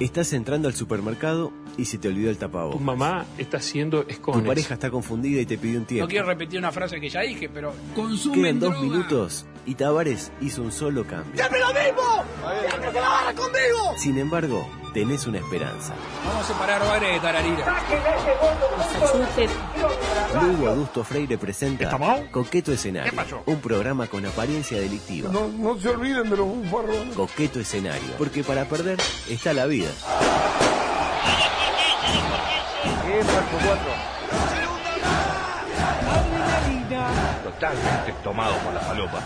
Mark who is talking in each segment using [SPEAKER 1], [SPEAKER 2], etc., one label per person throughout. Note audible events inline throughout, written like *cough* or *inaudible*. [SPEAKER 1] Estás entrando al supermercado y se te olvidó el
[SPEAKER 2] Tu
[SPEAKER 1] tapabocas.
[SPEAKER 2] mamá está haciendo escones.
[SPEAKER 1] Tu pareja está confundida y te pidió un
[SPEAKER 3] No
[SPEAKER 1] tiempo.
[SPEAKER 3] quiero repetir una frase que ya dije, pero
[SPEAKER 1] Quedan
[SPEAKER 3] consumen
[SPEAKER 1] dos
[SPEAKER 3] droga.
[SPEAKER 1] minutos y Tavares hizo un solo cambio.
[SPEAKER 4] ¡Siempre lo mismo! ¡Siempre se la barra conmigo!
[SPEAKER 1] Sin embargo, tenés una esperanza.
[SPEAKER 3] Vamos a separar hogares de tararira. *laughs*
[SPEAKER 1] Lugo Adusto Freire presenta Coqueto Escenario, un programa con apariencia delictiva.
[SPEAKER 5] No, no se olviden de los bufarrones.
[SPEAKER 1] Coqueto Escenario, porque para perder está la vida.
[SPEAKER 6] Totalmente tomado por la falopa.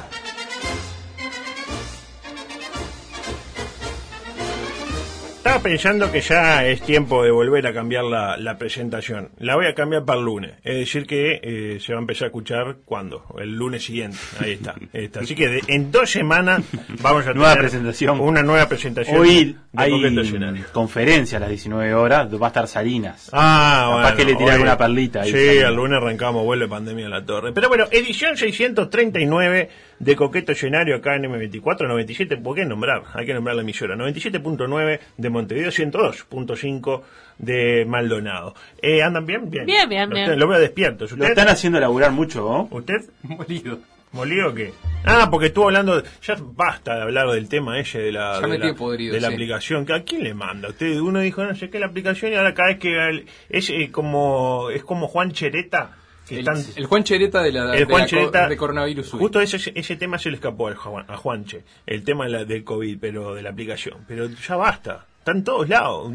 [SPEAKER 7] Estaba pensando que ya es tiempo de volver a cambiar la, la presentación. La voy a cambiar para el lunes. Es decir que eh, se va a empezar a escuchar cuando, el lunes siguiente. Ahí está. ahí está. Así que de- en dos semanas vamos a
[SPEAKER 8] Nueva
[SPEAKER 7] tener
[SPEAKER 8] presentación.
[SPEAKER 7] una nueva presentación.
[SPEAKER 8] Hoy
[SPEAKER 7] de
[SPEAKER 8] hay
[SPEAKER 7] Coqueto Escenario.
[SPEAKER 8] conferencia a las 19 horas, va a estar Salinas.
[SPEAKER 7] Ah,
[SPEAKER 8] Capaz
[SPEAKER 7] bueno,
[SPEAKER 8] que le tiraron
[SPEAKER 7] hoy-
[SPEAKER 8] una perlita ahí
[SPEAKER 7] Sí,
[SPEAKER 8] también.
[SPEAKER 7] al lunes arrancamos, vuelve pandemia a la torre. Pero bueno, edición 639 de Coqueto Escenario acá en M24, 97, ¿por qué nombrar? Hay que nombrar la emisora. 97.9 de Montevideo, 102.5 de Maldonado. Eh, ¿Andan bien? Bien,
[SPEAKER 9] Bien, bien,
[SPEAKER 7] Lo,
[SPEAKER 9] bien.
[SPEAKER 7] te- lo veo despierto.
[SPEAKER 8] Lo
[SPEAKER 7] ¿Usted?
[SPEAKER 8] están haciendo laburar mucho, ¿no?
[SPEAKER 7] ¿Usted?
[SPEAKER 8] Molido.
[SPEAKER 7] ¿Molido o qué? Ah, porque estuvo hablando. de- ya basta de hablar del tema ese de la,
[SPEAKER 3] Ya
[SPEAKER 7] de
[SPEAKER 3] me
[SPEAKER 7] la,
[SPEAKER 3] tiene podrido,
[SPEAKER 7] de la
[SPEAKER 3] sí.
[SPEAKER 7] aplicación. ¿A quién le manda? Usted uno dijo no sé qué la aplicación y ahora cada vez que el- es eh, como es como Juan Chereta que
[SPEAKER 3] El,
[SPEAKER 7] están-
[SPEAKER 3] el Juan Chereta de la,
[SPEAKER 7] el
[SPEAKER 3] de
[SPEAKER 7] Juan
[SPEAKER 3] la co-
[SPEAKER 7] Chereta-
[SPEAKER 3] de coronavirus. hoy.
[SPEAKER 7] Justo ese, ese tema se le escapó al Juan- a Juanche, el tema de la- del COVID, pero de la aplicación. Pero ya basta, está en todos lados.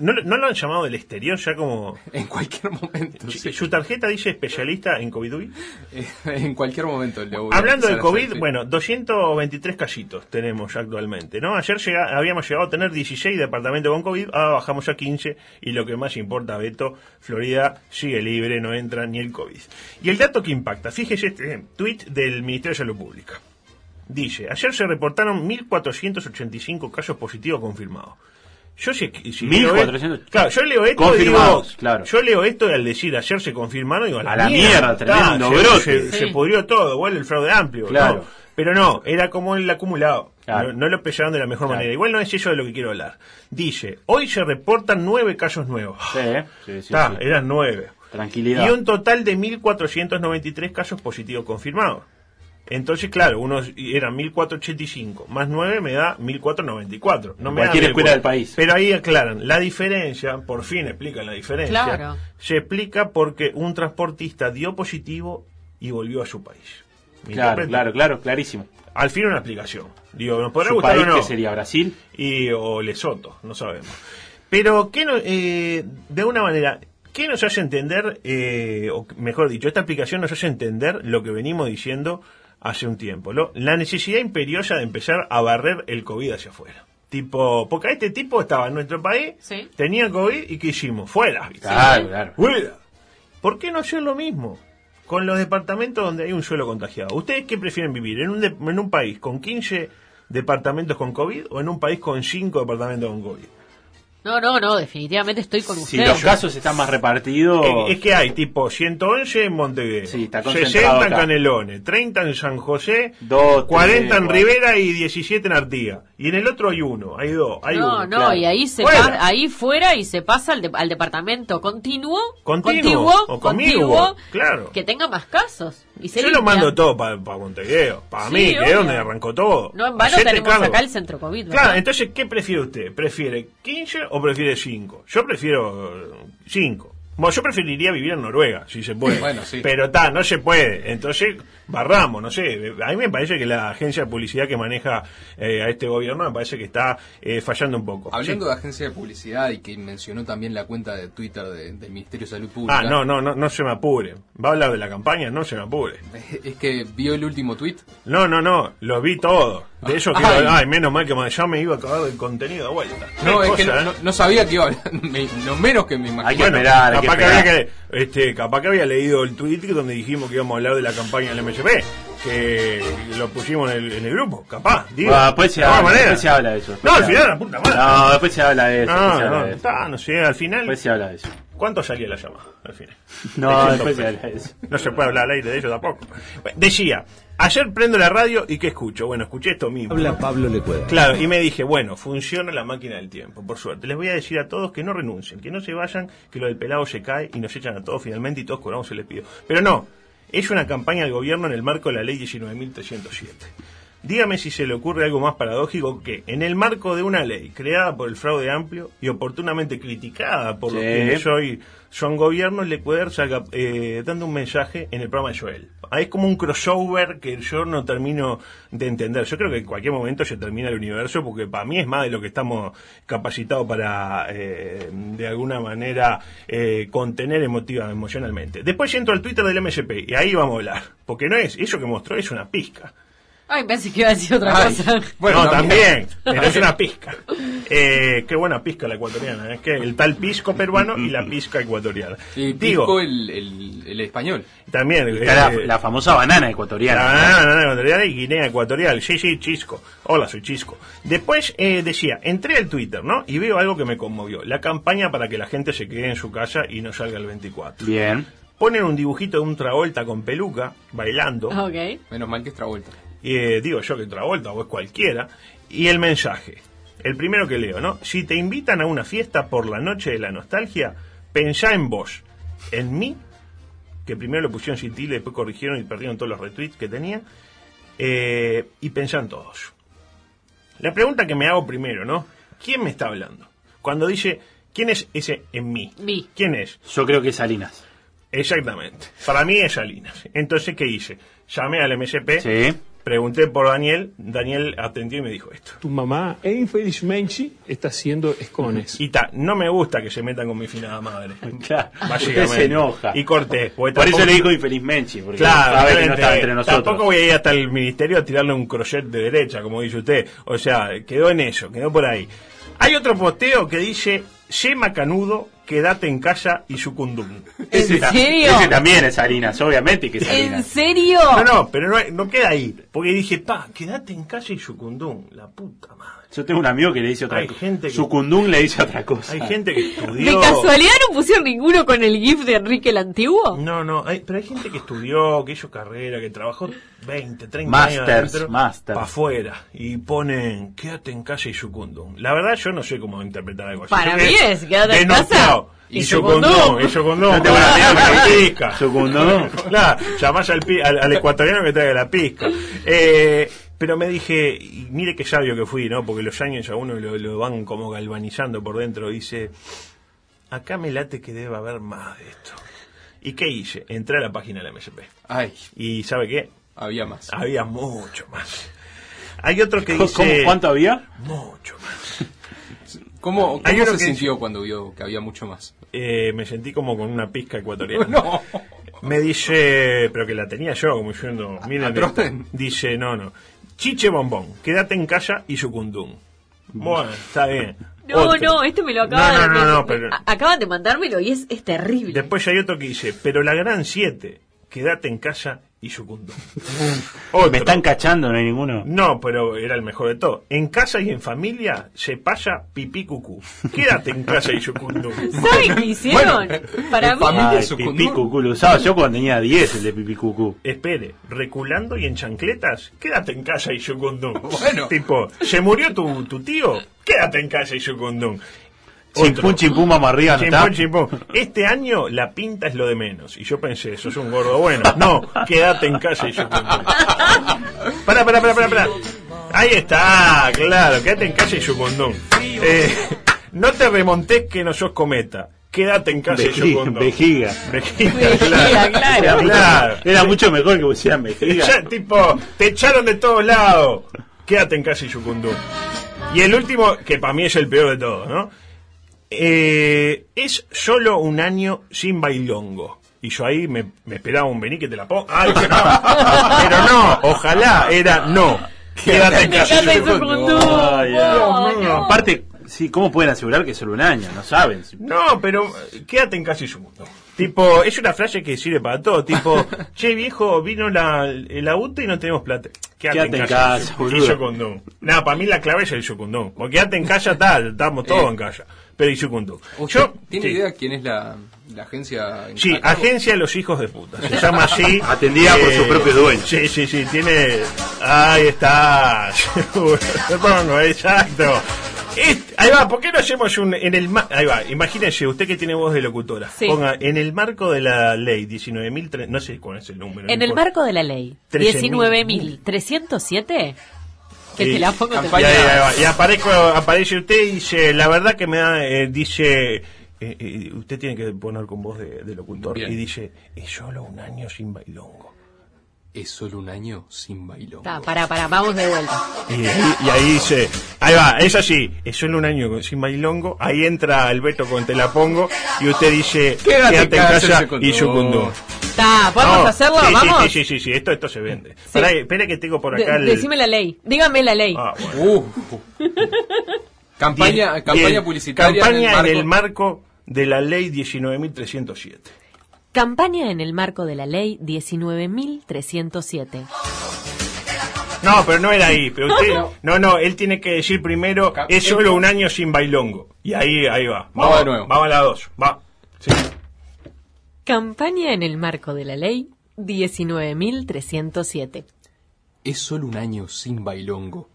[SPEAKER 7] ¿No, lo- no lo han llamado del exterior
[SPEAKER 3] *laughs*
[SPEAKER 7] ya como...
[SPEAKER 3] En cualquier momento. sí. Eh,
[SPEAKER 7] Su tarjeta dice especialista en COVID. -19?
[SPEAKER 3] en cualquier momento. le voy a
[SPEAKER 7] Hablando
[SPEAKER 3] empezar
[SPEAKER 7] del
[SPEAKER 3] a
[SPEAKER 7] COVID,
[SPEAKER 3] hacer-
[SPEAKER 7] bueno, 223 casitos tenemos ya actualmente, ¿no? Ayer llega- habíamos llegado a tener 16 departamentos con COVID, ahora bajamos a 15 y lo que más importa, Beto, Florida sigue libre, no entra ni el COVID. Y el dato que impacta, fíjese este tweet del Ministerio de Salud Pública. Dice, ayer se reportaron 1.485 casos positivos confirmados. Yo sé que- si leo esto-
[SPEAKER 8] 1400.
[SPEAKER 7] claro, yo leo esto y digo,
[SPEAKER 8] Confirmados, claro.
[SPEAKER 7] yo leo esto y al decir ayer se confirmaron digo, a la,
[SPEAKER 8] A la mierda, tremendo
[SPEAKER 7] se-
[SPEAKER 8] brote.
[SPEAKER 7] se- se
[SPEAKER 9] Sí.
[SPEAKER 7] pudrió todo, igual el fraude amplio.
[SPEAKER 8] Claro.
[SPEAKER 7] ¿no? Pero no, era como el acumulado.
[SPEAKER 8] Claro.
[SPEAKER 7] No, no lo pesaron de la mejor
[SPEAKER 8] Claro.
[SPEAKER 7] manera. Igual no es eso de lo que quiero hablar. Dice, hoy se reportan nueve casos nuevos.
[SPEAKER 8] Sí, sí, sí,
[SPEAKER 7] Ta,
[SPEAKER 8] sí.
[SPEAKER 7] eran nueve.
[SPEAKER 8] Tranquilidad.
[SPEAKER 7] Y un total de 1.493 casos positivos confirmados. Entonces, claro, unos eran 1.485, más 9 me da 1.494. No
[SPEAKER 8] En
[SPEAKER 7] me da
[SPEAKER 8] cualquier
[SPEAKER 7] 1.400.
[SPEAKER 8] escuela del país.
[SPEAKER 7] Pero ahí aclaran, la diferencia, por fin explican la diferencia,
[SPEAKER 9] Claro.
[SPEAKER 7] se explica porque un transportista dio positivo y volvió a su país. ¿Me
[SPEAKER 8] Claro,
[SPEAKER 7] interpreta?
[SPEAKER 8] claro, claro, clarísimo.
[SPEAKER 7] Al fin una explicación. Digo, ¿nos podrá
[SPEAKER 8] Su
[SPEAKER 7] gustar
[SPEAKER 8] país
[SPEAKER 7] o no?
[SPEAKER 8] que sería Brasil.
[SPEAKER 7] y o Lesoto, no sabemos. Pero que de una manera, ¿qué nos hace entender, eh, o mejor dicho, esta aplicación nos hace entender lo que venimos diciendo hace un tiempo? lo- la necesidad imperiosa de empezar a barrer el COVID hacia afuera. Tipo, porque este tipo estaba en nuestro país,
[SPEAKER 9] Sí.
[SPEAKER 7] tenía COVID y ¿qué hicimos? Fuera. ¿viste?
[SPEAKER 8] Claro, claro.
[SPEAKER 7] Fuera. ¿Por qué no hacer lo mismo? Con los departamentos donde hay un solo contagiado. ¿Ustedes qué prefieren vivir? ¿En un, de- en un país con 15 departamentos con COVID o en un país con 5 departamentos con COVID?
[SPEAKER 9] No, no, no, definitivamente estoy con
[SPEAKER 8] Si
[SPEAKER 9] usted.
[SPEAKER 8] los casos están más repartidos.
[SPEAKER 7] Es, es que hay tipo 111 en Montevideo,
[SPEAKER 8] Sí, está concentrado
[SPEAKER 7] 60 en
[SPEAKER 8] acá.
[SPEAKER 7] Canelones, 30 en San José,
[SPEAKER 8] Dos,
[SPEAKER 7] 40 en
[SPEAKER 8] tres,
[SPEAKER 7] Rivera y 17 en Artigas. Y en el otro hay uno, hay dos, hay
[SPEAKER 9] no,
[SPEAKER 7] uno.
[SPEAKER 9] no,
[SPEAKER 8] claro.
[SPEAKER 9] y ahí se
[SPEAKER 7] Fuera.
[SPEAKER 9] pa- ahí fuera y se pasa al, de- al departamento continuo,
[SPEAKER 7] Continuo, o conmigo, claro.
[SPEAKER 9] que tenga más casos. Y se
[SPEAKER 7] Yo lo
[SPEAKER 9] limpia.
[SPEAKER 7] mando todo para Montevideo, para
[SPEAKER 9] Sí,
[SPEAKER 7] mí, que es
[SPEAKER 9] obvio.
[SPEAKER 7] donde arrancó todo.
[SPEAKER 9] No en vano
[SPEAKER 7] Hacete
[SPEAKER 9] tenemos
[SPEAKER 7] cargo.
[SPEAKER 9] acá el centro COVID. ¿verdad?
[SPEAKER 7] Claro, entonces, ¿qué prefiere usted? ¿Prefiere 15 o prefiere 5? Yo prefiero 5. Bueno, yo preferiría vivir en Noruega, si se puede.
[SPEAKER 3] Bueno, sí.
[SPEAKER 7] Pero está, no se puede. Entonces, barramos, no sé. A mí me parece que la agencia de publicidad que maneja eh, a este gobierno me parece que está eh, fallando un poco.
[SPEAKER 3] Hablando
[SPEAKER 7] Sí.
[SPEAKER 3] de agencia de publicidad y que mencionó también la cuenta de Twitter de- del Ministerio de Salud Pública.
[SPEAKER 7] Ah, no, no, no, no se me apure. ¿Va a hablar de la campaña? No se me apure.
[SPEAKER 3] Eh, Es que vio el último tweet.
[SPEAKER 7] No, no, no, lo vi todo. De eso que...
[SPEAKER 3] Ah. Ay.
[SPEAKER 7] Ay. menos mal que me- ya me iba a acabar el contenido de vuelta.
[SPEAKER 3] No,
[SPEAKER 7] Qué
[SPEAKER 3] es que
[SPEAKER 7] cosa,
[SPEAKER 3] no,
[SPEAKER 7] ¿eh?
[SPEAKER 3] no- no sabía que iba a hablar. *laughs* Me- lo menos que me
[SPEAKER 8] Hay
[SPEAKER 3] imaginé.
[SPEAKER 8] que esperar, hay
[SPEAKER 7] capaz
[SPEAKER 8] que
[SPEAKER 7] que,
[SPEAKER 8] esperar.
[SPEAKER 7] había que- este, capaz que había leído el tweet donde dijimos que íbamos a hablar de la campaña del MSP, que lo pusimos en el, en el grupo, capaz, digo.
[SPEAKER 8] Ah, después se
[SPEAKER 7] De alguna
[SPEAKER 8] habla,
[SPEAKER 7] manera.
[SPEAKER 8] después se habla de eso, Ah,
[SPEAKER 7] No,
[SPEAKER 8] después
[SPEAKER 7] al
[SPEAKER 8] se
[SPEAKER 7] final
[SPEAKER 8] habla.
[SPEAKER 7] la puta madre.
[SPEAKER 8] No, después se habla de eso.
[SPEAKER 7] No,
[SPEAKER 8] después se
[SPEAKER 7] no,
[SPEAKER 8] habla de eso.
[SPEAKER 7] está, no sé, al final
[SPEAKER 8] Después se habla de eso.
[SPEAKER 7] ¿Cuánto salía la llamada al final?
[SPEAKER 8] *laughs* No,
[SPEAKER 7] 600
[SPEAKER 8] después se
[SPEAKER 7] pesos.
[SPEAKER 8] habla de eso.
[SPEAKER 7] No se puede hablar al aire de ello tampoco. Bueno, Decía, ayer prendo la radio y ¿qué escucho? Bueno, escuché esto mismo.
[SPEAKER 1] Habla Pablo Lecueda.
[SPEAKER 7] Claro, y me dije, bueno, funciona la máquina del tiempo, por suerte. Les voy a decir a todos que no renuncien, que no se vayan, que lo del pelado se cae y nos echan a todos finalmente y todos cobramos el despido. Pero no, es una campaña del gobierno en el marco de la ley 19.307. Dígame si se le ocurre algo más paradójico que, en el marco de una ley creada por el fraude amplio y oportunamente criticada por los
[SPEAKER 8] Sí.
[SPEAKER 7] que hoy son gobiernos, Lecueder salga eh, dando un mensaje en el programa de Joel. Ah, Es como un crossover que yo no termino de entender. Yo creo que en cualquier momento se termina el universo porque para mí es más de lo que estamos capacitados para, eh, de alguna manera, eh, contener emotiva, emocionalmente. Después entro al Twitter del MSP y ahí vamos a hablar. Porque no es, eso que mostró es una pizca.
[SPEAKER 9] Ay, pensé que iba a decir otra
[SPEAKER 3] Ay.
[SPEAKER 9] cosa.
[SPEAKER 3] Bueno,
[SPEAKER 7] no,
[SPEAKER 3] también.
[SPEAKER 7] también, pero es una pizca. Eh, qué buena pizca la ecuatoriana. ¿eh? Es que el tal pisco peruano y la pizca ecuatoriana.
[SPEAKER 3] Y
[SPEAKER 7] Digo,
[SPEAKER 3] pico Eh, el, el, el español.
[SPEAKER 7] también. eh, Ah.
[SPEAKER 8] Está la, la famosa banana ecuatoriana.
[SPEAKER 7] la banana, banana ecuatorial y Guinea Ecuatorial. Sí, sí, Chisco. Hola, soy Chisco. Después eh, decía, entré al Twitter, ¿no? Y veo algo que me conmovió. La campaña para que la gente se quede en su casa y no salga el 24.
[SPEAKER 8] Bien.
[SPEAKER 7] Ponen un dibujito de un Travolta con peluca, bailando.
[SPEAKER 3] Ah,
[SPEAKER 9] Ok.
[SPEAKER 3] Menos mal que es Travolta.
[SPEAKER 7] Eh, digo yo que Travolta o es cualquiera. Y el mensaje. El primero que leo, ¿no? Si te invitan a una fiesta por la noche de la nostalgia, pensá en vos, en mí, que primero lo pusieron sin tilde, después corrigieron y perdieron todos los retweets que tenía, eh, y pensá en todos. La pregunta que me hago primero, ¿no? ¿Quién me está hablando? Cuando dice, ¿quién es ese en mí?
[SPEAKER 9] Mí.
[SPEAKER 7] ¿Quién es?
[SPEAKER 8] Yo creo que Salinas.
[SPEAKER 7] Exactamente. Para mí es Salinas. Entonces, ¿qué hice? Llamé al MSP,
[SPEAKER 8] Sí.
[SPEAKER 7] Pregunté por Daniel, Daniel atendió y me dijo esto.
[SPEAKER 2] Tu mamá, e infelizmente, está haciendo escones.
[SPEAKER 7] Y ta, no me gusta que se metan con mi finada madre.
[SPEAKER 8] *laughs* Claro.
[SPEAKER 7] Básicamente.
[SPEAKER 8] *laughs* Usted se enoja.
[SPEAKER 7] Y corté. porque
[SPEAKER 8] Por eso
[SPEAKER 7] tampoco-
[SPEAKER 8] le digo infeliz Menchi, porque
[SPEAKER 7] Claro,
[SPEAKER 8] sabe que no
[SPEAKER 7] obviamente,
[SPEAKER 8] está entre nosotros.
[SPEAKER 7] tampoco voy a ir hasta el ministerio a tirarle un crochet de derecha, como dice usted. O sea, quedó en eso, quedó por ahí. Hay otro posteo que dice, sé macanudo, quédate en casa y sucundum.
[SPEAKER 9] ¿En
[SPEAKER 8] ta-
[SPEAKER 9] serio?
[SPEAKER 8] ese también es Salinas, obviamente que es
[SPEAKER 9] ¿En
[SPEAKER 8] Salinas.
[SPEAKER 9] serio?
[SPEAKER 7] No, no, pero no, no queda ahí. Porque dije, pa, quédate en casa y sucundum. La puta madre.
[SPEAKER 8] Yo tengo un amigo que le dice otra
[SPEAKER 7] Hay
[SPEAKER 8] cosa.
[SPEAKER 7] gente que-
[SPEAKER 8] Sucundum le dice otra cosa.
[SPEAKER 7] Hay gente que
[SPEAKER 9] ¿De
[SPEAKER 7] estudió...
[SPEAKER 9] casualidad no pusieron ninguno con el GIF de Enrique el Antiguo?
[SPEAKER 7] No, no, hay- pero hay gente que estudió, que hizo carrera, que trabajó 20, 30 años
[SPEAKER 8] Masters, masters.
[SPEAKER 7] para afuera y ponen quédate en casa y sucundum. La verdad yo no sé cómo interpretar algo así.
[SPEAKER 9] Para
[SPEAKER 7] Yo
[SPEAKER 9] mí
[SPEAKER 7] quedé
[SPEAKER 9] es quédate en
[SPEAKER 7] denoteado.
[SPEAKER 9] casa
[SPEAKER 7] y
[SPEAKER 9] y
[SPEAKER 7] sucundum,
[SPEAKER 9] sucundum.
[SPEAKER 7] y sucundum.
[SPEAKER 8] No te van a tirar
[SPEAKER 7] Con
[SPEAKER 8] la
[SPEAKER 7] pizca.
[SPEAKER 8] Sucundum.
[SPEAKER 7] *laughs* Claro, llamás al, pi- al, al ecuatoriano que traiga la pizca. Eh, pero me dije, y mire qué sabio que fui, ¿no? Porque los años a uno lo, lo van como galvanizando por dentro. Dice, acá me late que debe haber más de esto. ¿Y qué hice? Entré a la página de la MSP.
[SPEAKER 3] Ay,
[SPEAKER 7] Y ¿sabe qué?
[SPEAKER 3] había más.
[SPEAKER 7] Había mucho más. Hay otro que
[SPEAKER 8] ¿Cómo-
[SPEAKER 7] dice...
[SPEAKER 8] cómo- ¿Cuánto había?
[SPEAKER 7] Mucho más.
[SPEAKER 3] ¿Cómo,
[SPEAKER 7] Hay
[SPEAKER 3] cómo
[SPEAKER 7] uno
[SPEAKER 3] se
[SPEAKER 7] que-
[SPEAKER 3] sintió cuando vio que había mucho más?
[SPEAKER 7] Eh, me sentí como con una pizca
[SPEAKER 8] *laughs*
[SPEAKER 7] ecuatoriana.
[SPEAKER 3] No.
[SPEAKER 7] Me dice, pero que la tenía yo, como diciendo, miren,
[SPEAKER 3] atropen.
[SPEAKER 7] dice, no, no, chiche bombón, quédate en casa y sucundum. Bueno, está bien.
[SPEAKER 9] *laughs* No,
[SPEAKER 7] Otro.
[SPEAKER 9] no, este me lo acaban
[SPEAKER 7] no, no,
[SPEAKER 9] de...
[SPEAKER 7] no,
[SPEAKER 9] me-
[SPEAKER 7] pero-
[SPEAKER 9] a- Acaban de mandármelo y es, es terrible.
[SPEAKER 7] Después hay otro que dice, pero la gran 7, quédate en casa y
[SPEAKER 8] *laughs*
[SPEAKER 7] sucundum. Otro.
[SPEAKER 8] Me están cachando, no hay ninguno.
[SPEAKER 7] No, pero era el mejor de todo. En casa y en familia se pasa pipí cucú. Quédate en casa y sucundum.
[SPEAKER 8] *laughs*
[SPEAKER 7] *laughs*
[SPEAKER 9] ¿Saben qué hicieron?
[SPEAKER 7] eh,
[SPEAKER 9] Para
[SPEAKER 3] en
[SPEAKER 9] mí...
[SPEAKER 3] familia-
[SPEAKER 8] Ay,
[SPEAKER 3] Sucundum.
[SPEAKER 8] pipí cucú lo usaba yo cuando tenía 10 el de pipí cucú.
[SPEAKER 7] Espere, reculando y en chancletas, quédate en casa y
[SPEAKER 8] *laughs*
[SPEAKER 7] yucundum.
[SPEAKER 3] Bueno.
[SPEAKER 7] Tipo, ¿se murió tu, tu tío? Quédate en casa y yucundum.
[SPEAKER 8] Chimpún, chimpún, vamos arriba, ¿no está?
[SPEAKER 7] Chimpón, chimpón. Este año la pinta es lo de menos. Y yo pensé, sos un gordo
[SPEAKER 8] *laughs*
[SPEAKER 7] bueno. No, quédate en casa y yo cumplo. Pará, pará, pará, pará, pará. Ahí está, claro, quédate en casa y yo condón. Eh, no te remontes que no sos cometa. Quédate en casa y yo
[SPEAKER 8] Vejiga.
[SPEAKER 7] condón.
[SPEAKER 8] vejiga.
[SPEAKER 7] Vejiga,
[SPEAKER 9] *laughs*
[SPEAKER 7] claro.
[SPEAKER 9] claro.
[SPEAKER 7] Claro.
[SPEAKER 8] Era mucho mejor que pusieran vejiga.
[SPEAKER 7] Ya, tipo, te echaron de todos lados. Quédate en casa y Yucundú. Y el último, que para mí es el peor de todos, ¿no? Eh, es solo un año sin bailongo. Y yo ahí me, me esperaba un vení que te la pongo. Ah, dije, *laughs* no. Pero no, ojalá era no. Quédate en
[SPEAKER 9] Me
[SPEAKER 7] casa
[SPEAKER 9] encanta
[SPEAKER 7] y
[SPEAKER 9] el
[SPEAKER 7] Yucundú.
[SPEAKER 9] Sucundum.
[SPEAKER 8] Ay,
[SPEAKER 9] Wow,
[SPEAKER 7] Dios mío.
[SPEAKER 9] no.
[SPEAKER 8] Aparte, sí, ¿cómo pueden asegurar que es solo un año? No saben.
[SPEAKER 7] No, pero eh, quédate en casa y Yucundú. Tipo, es una frase que sirve para todo. *laughs* Tipo, che viejo, vino la, el auto y no tenemos plata. Quédate, en casa. y
[SPEAKER 8] boludo.
[SPEAKER 7] Yucundú. Nada, para mí la clave es el Yucundú. Porque quédate en casa, tal, estamos todos en casa. Pero el Yucundú.
[SPEAKER 3] ¿Usted
[SPEAKER 7] Yo,
[SPEAKER 3] ¿Tiene
[SPEAKER 7] sí.
[SPEAKER 3] idea quién es la, la agencia? en-
[SPEAKER 7] Sí,
[SPEAKER 3] a cargo?
[SPEAKER 7] Agencia de los Hijos de Puta. Se llama así.
[SPEAKER 8] Atendida por su propio dueño.
[SPEAKER 7] Sí, sí, sí. Tiene. Ahí está. *laughs* Seguro. Te pongo, exacto. Este- ahí va, ¿por qué no hacemos un. En el, ma- ahí va, imagínense, usted que tiene voz de locutora.
[SPEAKER 9] Sí.
[SPEAKER 7] Ponga, en el marco de la ley 19.000. No sé cuál es el número.
[SPEAKER 9] En
[SPEAKER 7] no
[SPEAKER 9] el
[SPEAKER 7] importa.
[SPEAKER 9] marco de la ley 19.307, que
[SPEAKER 7] Sí,
[SPEAKER 9] te la pongo
[SPEAKER 7] Y,
[SPEAKER 3] campaña.
[SPEAKER 9] temprano.
[SPEAKER 7] ahí- ahí va, y aparezco- aparece usted y dice, la verdad que me da, eh, dice, eh, eh, usted tiene que poner con voz de, de locutor
[SPEAKER 3] Bien.
[SPEAKER 7] y dice, es solo un año sin bailongo.
[SPEAKER 3] Es solo un año sin bailón.
[SPEAKER 9] Ta, Pará, pará, vamos de vuelta.
[SPEAKER 7] Y, ahí- y ahí dice, ahí va, es así, es solo un año con- sin bailongo, ahí entra Alberto con Te la pongo y usted dice,
[SPEAKER 3] Quédate
[SPEAKER 7] quédate,
[SPEAKER 3] en
[SPEAKER 7] en
[SPEAKER 3] casa,
[SPEAKER 7] casa
[SPEAKER 3] Secundó".
[SPEAKER 7] y sucundó.
[SPEAKER 9] Ta, ¿Podemos
[SPEAKER 7] No,
[SPEAKER 9] hacerlo?
[SPEAKER 7] sí, sí,
[SPEAKER 9] ¿Vamos?
[SPEAKER 7] Sí, sí, sí, sí, esto, esto se vende. Pará, espera que tengo por
[SPEAKER 9] De-
[SPEAKER 7] acá el...
[SPEAKER 9] Decime la ley. Dígame la ley.
[SPEAKER 7] Ah, bueno.
[SPEAKER 3] Uh. campaña
[SPEAKER 7] Bien,
[SPEAKER 3] campaña
[SPEAKER 7] bien.
[SPEAKER 3] publicitaria
[SPEAKER 7] Campaña
[SPEAKER 3] en el marco.
[SPEAKER 7] de la ley 19.307.
[SPEAKER 9] Campaña en el marco de la ley 19.307.
[SPEAKER 7] No, pero no era ahí. Pero usted, no, no, él tiene que decir primero,
[SPEAKER 3] Ca- eh,
[SPEAKER 7] es solo un año sin bailongo. Y ahí, ahí va.
[SPEAKER 3] Vamos
[SPEAKER 7] Vamos
[SPEAKER 3] de nuevo.
[SPEAKER 7] Vamos a la dos. Va.
[SPEAKER 9] Campaña en el marco de la ley 19.307.
[SPEAKER 3] Es solo un año sin bailongo.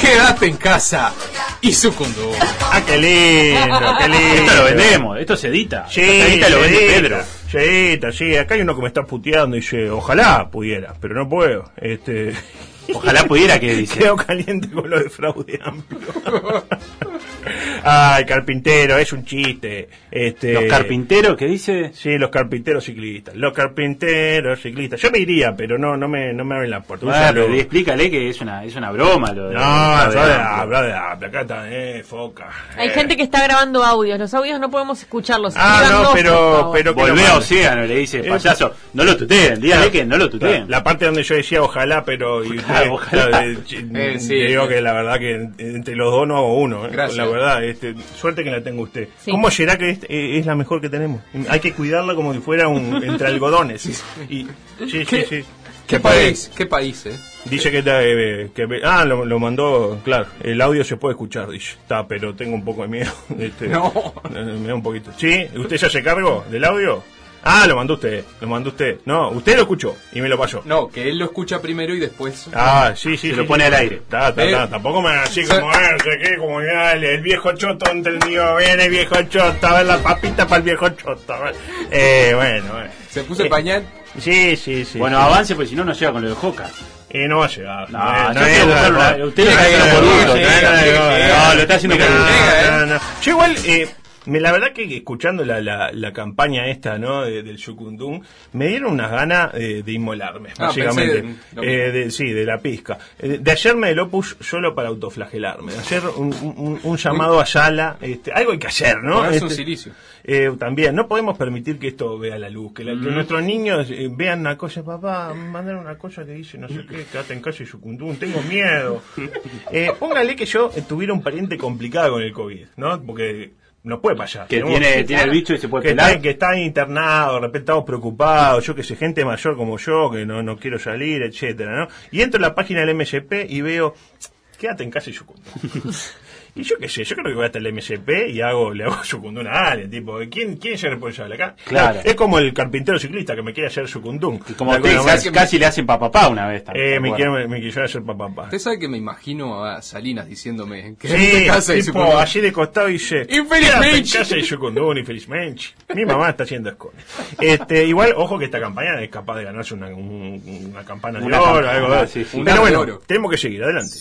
[SPEAKER 3] Quédate en casa y sucundo.
[SPEAKER 7] Ah, qué *laughs* lindo, qué lindo.
[SPEAKER 8] Esto lo vendemos, esto se edita.
[SPEAKER 7] Sí,
[SPEAKER 8] Esto se edita, lo vende
[SPEAKER 7] Yedita,
[SPEAKER 8] Pedro.
[SPEAKER 7] Yedita, sí, acá hay uno que me está puteando y dice, ojalá pudiera, pero no puedo.
[SPEAKER 8] *laughs*
[SPEAKER 7] Este,
[SPEAKER 8] Ojalá pudiera que dice.
[SPEAKER 7] quedo caliente con lo de fraude amplio. *laughs* Ay, carpintero, es un chiste. Este,
[SPEAKER 8] Los carpinteros que dice.
[SPEAKER 7] Sí, los carpinteros ciclistas. Los carpinteros ciclistas. Yo me iría, pero no, no me, no me abren la puerta. Un
[SPEAKER 8] Ah,
[SPEAKER 7] saludo.
[SPEAKER 8] pero explícale que es una, es una broma lo de.
[SPEAKER 7] No,
[SPEAKER 8] lo de-
[SPEAKER 7] yo de habla de habla. Acá está, eh, foca.
[SPEAKER 9] Hay
[SPEAKER 7] Eh.
[SPEAKER 9] gente que está grabando audios. Los audios no podemos escucharlos.
[SPEAKER 7] Ah,
[SPEAKER 9] Escriban
[SPEAKER 7] no,
[SPEAKER 9] dos, por
[SPEAKER 7] pero,
[SPEAKER 9] favor.
[SPEAKER 7] pero que lo
[SPEAKER 8] Volvé a
[SPEAKER 7] manden.
[SPEAKER 8] Océano, le dice
[SPEAKER 7] Eh,
[SPEAKER 8] payaso. No lo tuteen, dígale que no lo
[SPEAKER 7] La,
[SPEAKER 8] tuteen.
[SPEAKER 7] la parte donde yo decía ojalá, pero y-
[SPEAKER 8] Claro, ojalá.
[SPEAKER 7] eh, ch-
[SPEAKER 3] Eh, sí.
[SPEAKER 7] digo que la verdad que en- entre los dos no hago uno. eh.
[SPEAKER 3] Gracias.
[SPEAKER 7] La verdad, este, suerte que la tenga usted.
[SPEAKER 9] Sí.
[SPEAKER 7] ¿Cómo será que es, eh, es la mejor que tenemos? Hay que cuidarla como si fuera un entre algodones. Y, sí, sí,
[SPEAKER 3] ¿Qué?
[SPEAKER 7] sí.
[SPEAKER 3] ¿Qué país? ¿Qué país, eh?
[SPEAKER 7] Dice que, está, eh, que me- ah lo, lo mandó claro el audio se puede escuchar dice está pero tengo un poco de miedo *laughs* este,
[SPEAKER 3] No.
[SPEAKER 7] eh, me da un poquito sí usted ya se cargó del audio ah lo mandó usted lo mandó usted no usted lo escuchó y me lo pasó
[SPEAKER 3] No, que él lo escucha primero y después.
[SPEAKER 7] ah sí sí
[SPEAKER 8] Se
[SPEAKER 7] sí,
[SPEAKER 8] lo
[SPEAKER 7] sí.
[SPEAKER 8] pone al aire.
[SPEAKER 7] Ta, ta,
[SPEAKER 3] Eh.
[SPEAKER 7] ta, tampoco me hagan así como eh, no sé qué, como ya el, el viejo choto entendió viene el viejo choto a ver la papita para el viejo choto a ver. eh, bueno eh.
[SPEAKER 3] Se puso
[SPEAKER 7] Eh,
[SPEAKER 3] el pañal.
[SPEAKER 7] sí sí sí
[SPEAKER 8] Bueno, avance, porque si no, no llega con lo de Joca.
[SPEAKER 7] Y no va a llegar.
[SPEAKER 8] No,
[SPEAKER 7] Eh,
[SPEAKER 8] yo quiero
[SPEAKER 7] nada de
[SPEAKER 8] buscarlo,
[SPEAKER 7] gol.
[SPEAKER 8] usted lo
[SPEAKER 7] Nada
[SPEAKER 8] está
[SPEAKER 7] de gol,
[SPEAKER 8] haciendo por
[SPEAKER 7] nada
[SPEAKER 8] gusto, no,
[SPEAKER 7] de
[SPEAKER 8] no,
[SPEAKER 7] gol,
[SPEAKER 8] no, lo está haciendo
[SPEAKER 7] No,
[SPEAKER 8] por
[SPEAKER 3] gusto.
[SPEAKER 7] no, no. Yo igual, eh, me, la verdad que escuchando la, la, la campaña esta, ¿no? de- del Yucundum, me dieron unas ganas eh, de inmolarme,
[SPEAKER 3] Ah,
[SPEAKER 7] básicamente.
[SPEAKER 3] pensé en lo
[SPEAKER 7] Eh,
[SPEAKER 3] mismo.
[SPEAKER 7] de- sí, de la pizca. Eh, de- de hacerme el opus solo para autoflagelarme. De hacer un, un- un llamado a Sala. Este, algo hay que hacer, ¿no?
[SPEAKER 3] Ponerse un
[SPEAKER 7] Este,
[SPEAKER 3] silicio.
[SPEAKER 7] eh, también, no podemos permitir que esto vea la luz, que, la- que
[SPEAKER 8] Mm.
[SPEAKER 7] nuestros niños eh, vean una cosa, papá, mandaron una cosa que dice no sé qué, quédate en casa y sucundún, tengo
[SPEAKER 8] *laughs*
[SPEAKER 7] miedo. Eh, póngale que yo eh, tuviera un pariente complicado con el COVID, ¿no? Porque nos puede pasar.
[SPEAKER 8] Que
[SPEAKER 7] Tenemos-
[SPEAKER 8] tiene, tiene el bicho y se puede
[SPEAKER 7] que está,
[SPEAKER 8] pelar.
[SPEAKER 7] que está internado, de repente estamos preocupados, yo que sé, gente mayor como yo, que no, no quiero salir, etcétera, ¿no? Y entro a la página del MSP y veo, quédate en casa y sucundú.
[SPEAKER 8] *laughs*
[SPEAKER 7] y yo qué sé, yo creo que voy hasta el MSP y hago, le hago *laughs* sucundú a Ale, tipo, ¿quién, quién es el responsable acá?
[SPEAKER 8] Claro.
[SPEAKER 7] Es como el carpintero ciclista que me quiere hacer sucundú.
[SPEAKER 8] Y como
[SPEAKER 7] De alguna
[SPEAKER 8] Texas,
[SPEAKER 7] manera.
[SPEAKER 8] casi le hacen papapá una vez también.
[SPEAKER 7] Eh,
[SPEAKER 8] ¿te
[SPEAKER 7] me,
[SPEAKER 8] acuerdas?
[SPEAKER 7] quiero, me, quisieron hacer papá. papá.
[SPEAKER 3] Usted sabe que me imagino a Salinas diciéndome que este
[SPEAKER 7] Sí,
[SPEAKER 3] casa y
[SPEAKER 7] tipo,
[SPEAKER 3] sucundo.
[SPEAKER 7] allí de costado dice
[SPEAKER 3] Infeliz
[SPEAKER 7] "Quédate en
[SPEAKER 3] Menchi".
[SPEAKER 7] casa y yo con un infeliz Menchi. Mi mamá está haciendo escones. Este, igual, ojo que esta campaña es capaz de ganarse una, un- una campana de
[SPEAKER 8] Una
[SPEAKER 7] oro,
[SPEAKER 8] campana,
[SPEAKER 7] algo de
[SPEAKER 8] sí, sí.
[SPEAKER 3] Un
[SPEAKER 7] Pero
[SPEAKER 3] aro de
[SPEAKER 7] bueno,
[SPEAKER 3] oro.
[SPEAKER 7] tenemos que seguir, adelante.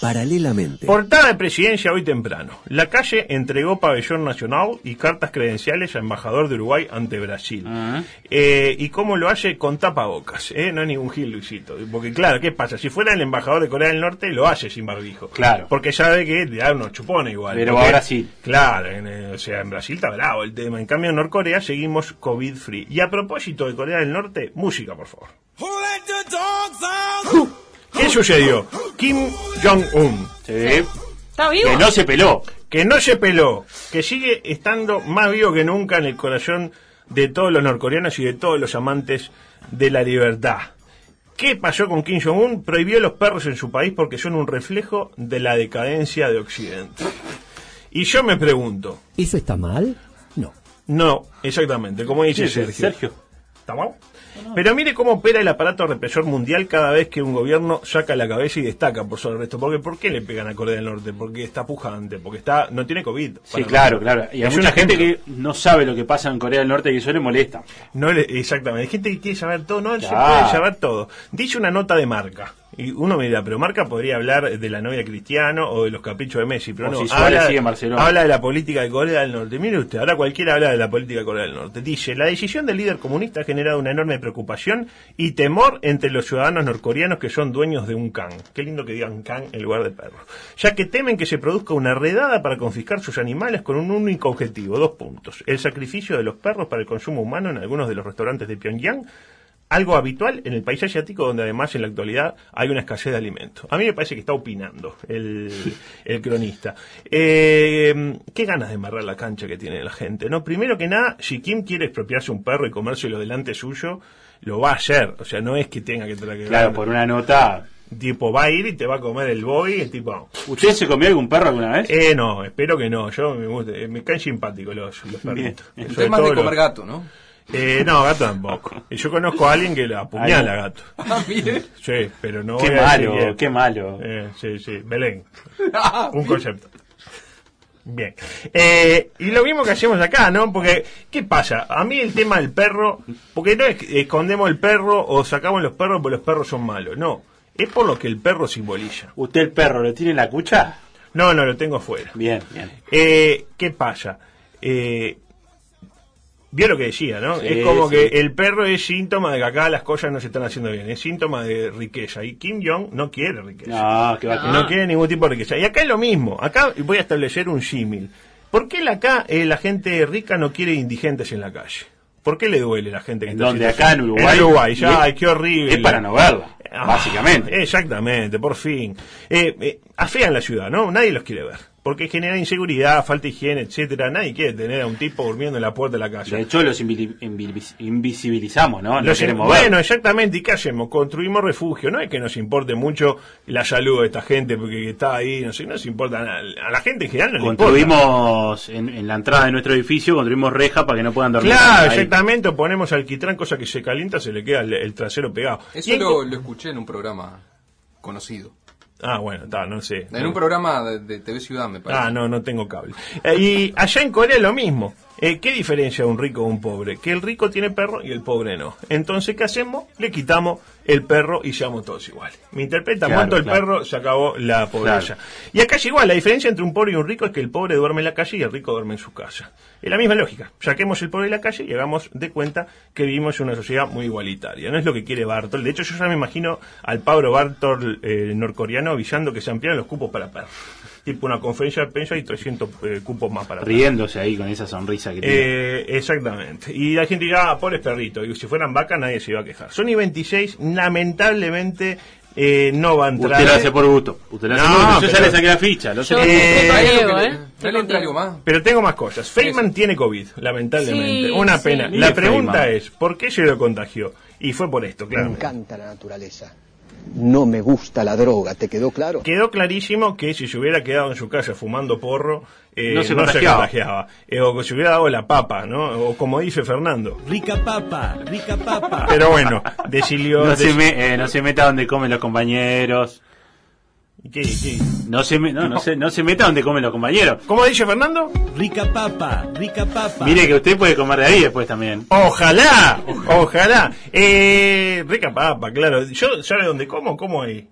[SPEAKER 1] Paralelamente,
[SPEAKER 7] Este. Portada de presidencia hoy temprano. La calle entregó pabellón nacional y cartas credenciales a embajador de Uruguay ante Brasil.
[SPEAKER 8] Ajá.
[SPEAKER 7] Eh, ¿Y cómo lo hace? Con tapabocas. ¿eh? No es ningún gil, Luisito. Porque claro, ¿qué pasa? Si fuera el embajador de Corea del Norte, lo hace sin barbijo.
[SPEAKER 8] Claro.
[SPEAKER 7] Porque sabe que le da unos chupones igual.
[SPEAKER 8] Pero
[SPEAKER 7] Porque-
[SPEAKER 8] ahora sí.
[SPEAKER 7] Claro, en, eh, o sea, en Brasil está bravo el tema. En cambio, en Norcorea seguimos COVID-free. Y a propósito de Corea del Norte, música, por favor. ¿Qué sucedió? Kim Jong-un.
[SPEAKER 8] Sí.
[SPEAKER 9] ¿Está vivo?
[SPEAKER 8] Que no se peló.
[SPEAKER 7] que no se peló, que sigue estando más vivo que nunca en el corazón de todos los norcoreanos y de todos los amantes de la libertad. ¿Qué pasó con Kim Jong-un? Prohibió los perros en su país porque son un reflejo de la decadencia de Occidente. Y yo me pregunto,
[SPEAKER 6] ¿Eso está mal? No.
[SPEAKER 7] no, exactamente, como dice Sergio.
[SPEAKER 8] Sergio.
[SPEAKER 7] ¿Está mal? Pero mire cómo opera el aparato represor mundial cada vez que un gobierno saca la cabeza y destaca por sobre el resto. Porque ¿por qué le pegan a Corea del Norte? Porque está pujante, porque está no tiene COVID.
[SPEAKER 8] Sí,
[SPEAKER 7] Para-
[SPEAKER 8] claro, claro. Y hay
[SPEAKER 7] Es
[SPEAKER 8] mucha
[SPEAKER 7] un
[SPEAKER 8] gente
[SPEAKER 7] ejemplo.
[SPEAKER 8] que no sabe lo que pasa en Corea del Norte y eso le molesta.
[SPEAKER 7] No le- exactamente. Hay gente que quiere saber todo, no se
[SPEAKER 8] Claro.
[SPEAKER 7] puede saber todo. Dice una nota de marca. Y uno me dirá, pero marca podría hablar de la novia de cristiano o de los caprichos de Messi, pero
[SPEAKER 8] O
[SPEAKER 7] no,
[SPEAKER 8] si Suárez
[SPEAKER 7] habla,
[SPEAKER 8] sigue en Barcelona.
[SPEAKER 7] habla de la política de Corea del Norte. Mire usted, ahora cualquiera habla de la política de Corea del Norte. Dice, la decisión del líder comunista ha generado una enorme preocupación y temor entre los ciudadanos norcoreanos que son dueños de un can. Qué lindo que digan can en lugar de perro. Ya que temen que se produzca una redada para confiscar sus animales con un único objetivo, dos puntos. El sacrificio de los perros para el consumo humano en algunos de los restaurantes de Pyongyang algo habitual en el país asiático donde además en la actualidad hay una escasez de alimentos. A mí me parece que está opinando
[SPEAKER 3] *laughs*
[SPEAKER 7] el, el cronista. Eh, qué ganas de embarrar la cancha que tiene la gente, ¿no? Primero que nada, si Kim quiere expropiarse un perro y comérselo delante suyo, lo va a hacer. O sea, no es que tenga que traer
[SPEAKER 8] Claro, por una nota.
[SPEAKER 7] Tipo, va a ir y te va a comer el boy, el tipo...
[SPEAKER 8] ¿Usted se comió algún perro alguna vez?
[SPEAKER 7] Eh, no, espero que no. Yo me, gusta- eh, me caen simpáticos los, los perritos. Sobre
[SPEAKER 8] Bien.
[SPEAKER 3] Usted es más de
[SPEAKER 7] todo los-
[SPEAKER 3] comer gato, ¿no? *laughs*
[SPEAKER 7] Eh, no, gato tampoco. Yo conozco a alguien que la apuñala
[SPEAKER 8] Ahí.
[SPEAKER 7] gato.
[SPEAKER 3] Ah, mire.
[SPEAKER 7] Sí, pero no.
[SPEAKER 8] qué
[SPEAKER 7] voy a decir
[SPEAKER 8] malo,
[SPEAKER 7] quién.
[SPEAKER 8] qué malo.
[SPEAKER 7] Eh, sí, sí,
[SPEAKER 8] *laughs*
[SPEAKER 7] Belén. Un concepto. Bien. Eh, y lo mismo que hacemos acá, ¿no? Porque, ¿qué pasa? A mí el tema del perro, porque no es que escondemos el perro o sacamos los perros porque los perros son malos, no. Es por lo que el perro simboliza.
[SPEAKER 8] ¿Usted el perro lo tiene en la cucha?
[SPEAKER 7] No, no, lo tengo afuera.
[SPEAKER 8] Bien, bien.
[SPEAKER 7] Eh, ¿Qué pasa? Eh, Vio lo que decía, ¿no?
[SPEAKER 8] Sí,
[SPEAKER 7] es como
[SPEAKER 8] sí.
[SPEAKER 7] que el perro es síntoma de que acá las cosas no se están haciendo bien, es síntoma de riqueza. Y Kim Jong no quiere riqueza.
[SPEAKER 8] No, que va
[SPEAKER 7] Y
[SPEAKER 8] a
[SPEAKER 7] no quiere ningún tipo de riqueza. Y acá es lo mismo. Acá voy a establecer un símil. ¿Por qué la- acá eh, la gente rica no quiere indigentes en la calle? ¿Por qué le duele la gente que
[SPEAKER 8] En
[SPEAKER 7] está
[SPEAKER 8] donde
[SPEAKER 7] así?
[SPEAKER 8] acá en Uruguay.
[SPEAKER 7] Uruguay, ya,
[SPEAKER 8] Y es-
[SPEAKER 7] ay, qué horrible.
[SPEAKER 8] Es para no verla,
[SPEAKER 7] Ah,
[SPEAKER 8] básicamente.
[SPEAKER 7] Exactamente, por fin. Eh, eh, afean la ciudad, ¿no? Nadie los quiere ver. Porque genera inseguridad, falta de higiene, etcétera. Nadie quiere tener a un tipo durmiendo en la puerta de la calle.
[SPEAKER 8] De hecho, los invili- invi- invisibilizamos, ¿no? No
[SPEAKER 7] Los- em-
[SPEAKER 8] queremos ver.
[SPEAKER 7] bueno, exactamente. ¿Y qué hacemos? Construimos refugio. No es que nos importe mucho la salud de esta gente porque está ahí, no sé, no nos importa nada. A la gente en general no le importa.
[SPEAKER 8] construimos en, en la entrada de nuestro edificio, construimos rejas para que no puedan dormir.
[SPEAKER 7] Claro,
[SPEAKER 8] Ahí.
[SPEAKER 7] exactamente. O ponemos alquitrán, cosa que se calienta, se le queda el, el trasero pegado. Y
[SPEAKER 3] Eso
[SPEAKER 7] en-
[SPEAKER 3] lo, lo escuché en un programa conocido.
[SPEAKER 7] Ah, bueno, está, no sé.
[SPEAKER 3] En un programa de, de TV Ciudad, me parece.
[SPEAKER 7] Ah, no, no tengo cable. Eh, y allá en Corea lo mismo. Eh, ¿Qué diferencia un rico o un pobre? Que el rico tiene perro y el pobre no. Entonces, ¿qué hacemos? Le quitamos el perro y seamos todos iguales. Me interpreta,
[SPEAKER 8] Claro,
[SPEAKER 7] mato el
[SPEAKER 8] claro.
[SPEAKER 7] perro, se acabó la pobreza.
[SPEAKER 8] Claro.
[SPEAKER 7] Y acá es igual, la diferencia entre un pobre y un rico es que el pobre duerme en la calle y el rico duerme en su casa. Es la misma lógica. Saquemos el pobre de la calle y hagamos de cuenta que vivimos en una sociedad muy igualitaria. No es lo que quiere Bartol. De hecho, yo ya me imagino al Pablo Bartol eh, norcoreano avisando que se ampliaron los cupos para perros. Tipo una conferencia de prensa y 300 eh, cupos más para perros.
[SPEAKER 8] Riéndose ahí con esa sonrisa que tiene.
[SPEAKER 7] Eh, exactamente. Y la gente dirá, ah, pobres perritos. Y si fueran vacas, nadie se iba a quejar. Sony 26, lamentablemente, eh, no va a entrar.
[SPEAKER 8] Usted lo hace por gusto. Usted lo hace
[SPEAKER 7] No,
[SPEAKER 8] por gusto. Yo ya
[SPEAKER 7] pero-
[SPEAKER 8] le saqué la ficha. Lo sé.
[SPEAKER 9] Yo
[SPEAKER 7] Eh,
[SPEAKER 9] te
[SPEAKER 3] Trae algo
[SPEAKER 9] creo,
[SPEAKER 3] que-
[SPEAKER 9] ¿eh?
[SPEAKER 3] trae algo- trae algo más.
[SPEAKER 7] Pero tengo más cosas. Feynman tiene COVID, lamentablemente.
[SPEAKER 9] Sí,
[SPEAKER 7] Una
[SPEAKER 9] sí.
[SPEAKER 7] pena.
[SPEAKER 8] Mire
[SPEAKER 7] La pregunta
[SPEAKER 8] Feynman.
[SPEAKER 7] es, ¿por qué se lo contagió? Y fue por esto,
[SPEAKER 10] Me
[SPEAKER 7] claro.
[SPEAKER 10] encanta la naturaleza. No me gusta la droga, ¿te quedó claro?
[SPEAKER 7] Quedó clarísimo que si se hubiera quedado en su casa fumando porro, eh, no,
[SPEAKER 8] No se
[SPEAKER 7] se,
[SPEAKER 8] contagiaba.
[SPEAKER 7] contagiaba. Eh, o que se hubiera dado la papa, ¿no? O como dice Fernando.
[SPEAKER 1] Rica papa, rica papa.
[SPEAKER 7] Pero bueno, decilió...
[SPEAKER 8] No se, me- eh, no se meta donde comen los compañeros.
[SPEAKER 7] ¿Qué, qué?
[SPEAKER 8] No se, me- no, no se, no se meta donde comen los compañeros.
[SPEAKER 7] ¿Cómo dice Fernando?
[SPEAKER 1] Rica papa, rica papa.
[SPEAKER 8] Mire que usted puede comer de ahí después también.
[SPEAKER 7] Ojalá, ojalá. Eh, rica papa, claro. Yo, ¿sabe dónde como? Como ahí.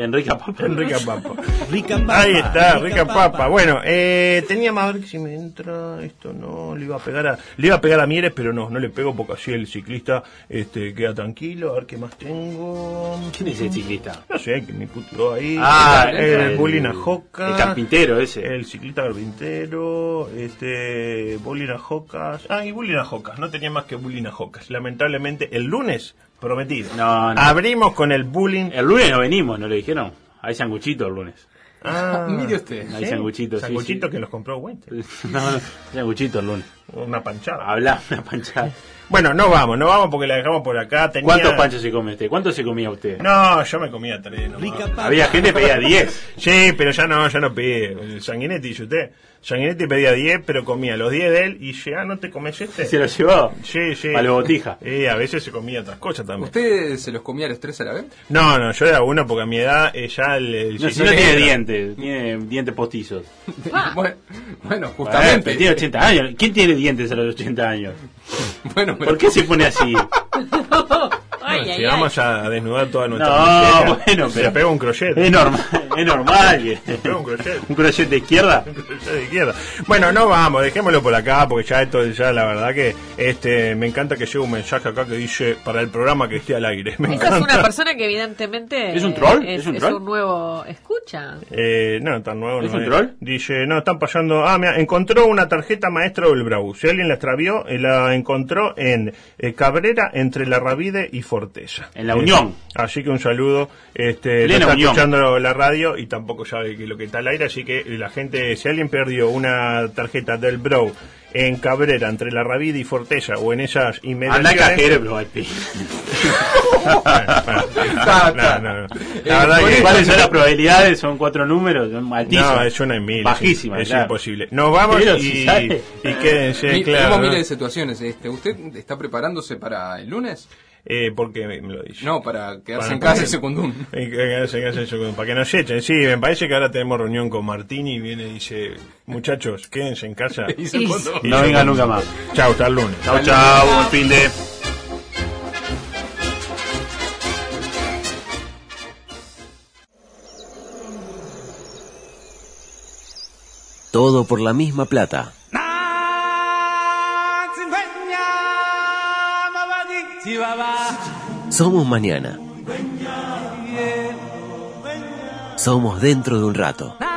[SPEAKER 8] Enrique Papa.
[SPEAKER 7] En rica papa.
[SPEAKER 1] Rica
[SPEAKER 7] Ahí está, rica papa. Bueno, eh, tenía más a ver que si me entra esto, no, le iba a pegar a, le iba a pegar a Mieres, pero no, no le pego porque así el ciclista este queda tranquilo, a ver qué más tengo.
[SPEAKER 8] ¿Quién es el ciclista?
[SPEAKER 7] No sé, que me puteó ahí.
[SPEAKER 8] Ah,
[SPEAKER 7] el,
[SPEAKER 8] el-
[SPEAKER 7] bullying a Joca.
[SPEAKER 8] el carpintero ese.
[SPEAKER 7] El ciclista carpintero, este, bullying a Jocas. Ah, y bullying a Jocas, no tenía más que bullying a Jocas. Lamentablemente, el lunes, prometido.
[SPEAKER 8] No, no.
[SPEAKER 7] Abrimos con el bullying
[SPEAKER 8] El lunes *laughs* no venimos, ¿no le dijeron? Hay sanguchito el lunes.
[SPEAKER 7] *laughs* Ah,
[SPEAKER 3] Mire usted.
[SPEAKER 8] Hay sanguchitos. sí,
[SPEAKER 7] Sanguchitos
[SPEAKER 8] sí.
[SPEAKER 7] que los compró Winter.
[SPEAKER 8] No, no, sanguchitos, Luna.
[SPEAKER 7] Una panchada.
[SPEAKER 8] Habla, *laughs* una panchada.
[SPEAKER 7] Ah, Bueno, no vamos, no vamos porque la dejamos por acá. Tenía...
[SPEAKER 8] ¿Cuántos panchos se come usted? ¿Cuántos se comía usted?
[SPEAKER 7] No, yo me comía tres. nomás.
[SPEAKER 8] Había gente que pedía 10.
[SPEAKER 7] Sí, pero ya no, ya no pedí. Sanguinetti, dice usted. Sanguinetti pedía 10, pero comía los 10 de él y dice, ah, ¿no te comes este?
[SPEAKER 8] Se los llevaba.
[SPEAKER 7] Sí, sí.
[SPEAKER 8] A la botija.
[SPEAKER 7] Y a veces se comía otras cosas también.
[SPEAKER 3] ¿Usted se los comía a los tres a la vez? *laughs*
[SPEAKER 7] No, no, yo era uno porque a mi edad eh, ya el... el
[SPEAKER 8] No, si no tiene dientes, tiene dientes postizos.
[SPEAKER 3] Bueno, bueno,
[SPEAKER 8] Justamente.
[SPEAKER 3] justamente.
[SPEAKER 8] tiene 80 años. ¿Quién tiene dientes a los 80 años?
[SPEAKER 3] Bueno, pero-
[SPEAKER 8] ¿Por qué se pone así? *laughs*
[SPEAKER 11] *laughs*
[SPEAKER 9] Ay, ay,
[SPEAKER 7] Si
[SPEAKER 9] ay.
[SPEAKER 7] vamos a desnudar toda nuestra... *laughs* miseria,
[SPEAKER 8] No, bueno,
[SPEAKER 7] Se
[SPEAKER 8] pero- Eh,
[SPEAKER 7] pega un crochet.
[SPEAKER 8] Es normal, es normal que...
[SPEAKER 7] Pega un crochet.
[SPEAKER 8] ¿Un crochet de izquierda?
[SPEAKER 7] *laughs* de izquierda. Bueno, no vamos, dejémoslo por acá, porque ya esto, ya la verdad que este me encanta que llegue un mensaje acá que dice para el programa que esté al aire. *laughs*
[SPEAKER 11] Esa
[SPEAKER 7] Me
[SPEAKER 11] es
[SPEAKER 7] encanta.
[SPEAKER 11] una persona que evidentemente...
[SPEAKER 8] ¿Es un troll?
[SPEAKER 11] Es,
[SPEAKER 8] ¿Es un
[SPEAKER 11] es
[SPEAKER 8] troll?
[SPEAKER 11] un nuevo escucha.
[SPEAKER 7] Eh, no, tan nuevo
[SPEAKER 8] ¿Es
[SPEAKER 7] no
[SPEAKER 8] un troll?
[SPEAKER 7] Dice, no, están pasando. Ah, mira, encontró una tarjeta maestra del Brau. Si alguien la extravió, eh, la encontró en eh, Cabrera, entre la Ravide y Forteza.
[SPEAKER 8] En la
[SPEAKER 7] Eh,
[SPEAKER 8] Unión.
[SPEAKER 7] así que un saludo. Este,
[SPEAKER 8] Plena
[SPEAKER 7] no está
[SPEAKER 8] Unión.
[SPEAKER 7] escuchando la radio y tampoco sabe que lo que está al aire. Así que la gente, si alguien perdió una tarjeta del Brau en Cabrera, entre la Ravide y Forteza, o en esas
[SPEAKER 8] Anda
[SPEAKER 7] inmediaciones.
[SPEAKER 8] cajero, bro. al pi. *laughs*
[SPEAKER 7] No, no, no. *laughs* La verdad que- *laughs*
[SPEAKER 8] ¿Cuáles son las probabilidades? Son cuatro números, son altísimas.
[SPEAKER 7] No, es una en mil.
[SPEAKER 8] Bajísima,
[SPEAKER 7] Es, es
[SPEAKER 8] claro.
[SPEAKER 7] imposible. Nos vamos
[SPEAKER 8] Pero
[SPEAKER 7] y,
[SPEAKER 8] si sale.
[SPEAKER 7] y quédense,
[SPEAKER 3] Mi-
[SPEAKER 7] claro.
[SPEAKER 3] Tenemos miles de situaciones. Este, ¿Usted está preparándose para el lunes?
[SPEAKER 7] Eh, ¿Por qué me me lo dice?
[SPEAKER 3] No, para quedarse
[SPEAKER 7] Para
[SPEAKER 3] en casa
[SPEAKER 7] comer.
[SPEAKER 3] y secundum. *laughs*
[SPEAKER 7] Eh, que- que se- que se- se- Para que nos echen, sí, me parece que ahora tenemos reunión con Martín y viene y dice, muchachos, quédense en casa.
[SPEAKER 8] *laughs*
[SPEAKER 3] Y secundum.
[SPEAKER 7] Y
[SPEAKER 8] No
[SPEAKER 7] yo-
[SPEAKER 8] venga nunca más.
[SPEAKER 7] Chao, hasta el lunes.
[SPEAKER 8] Chau, chau, buen fin de...
[SPEAKER 1] Todo por la misma plata. Somos mañana. Somos dentro de un rato.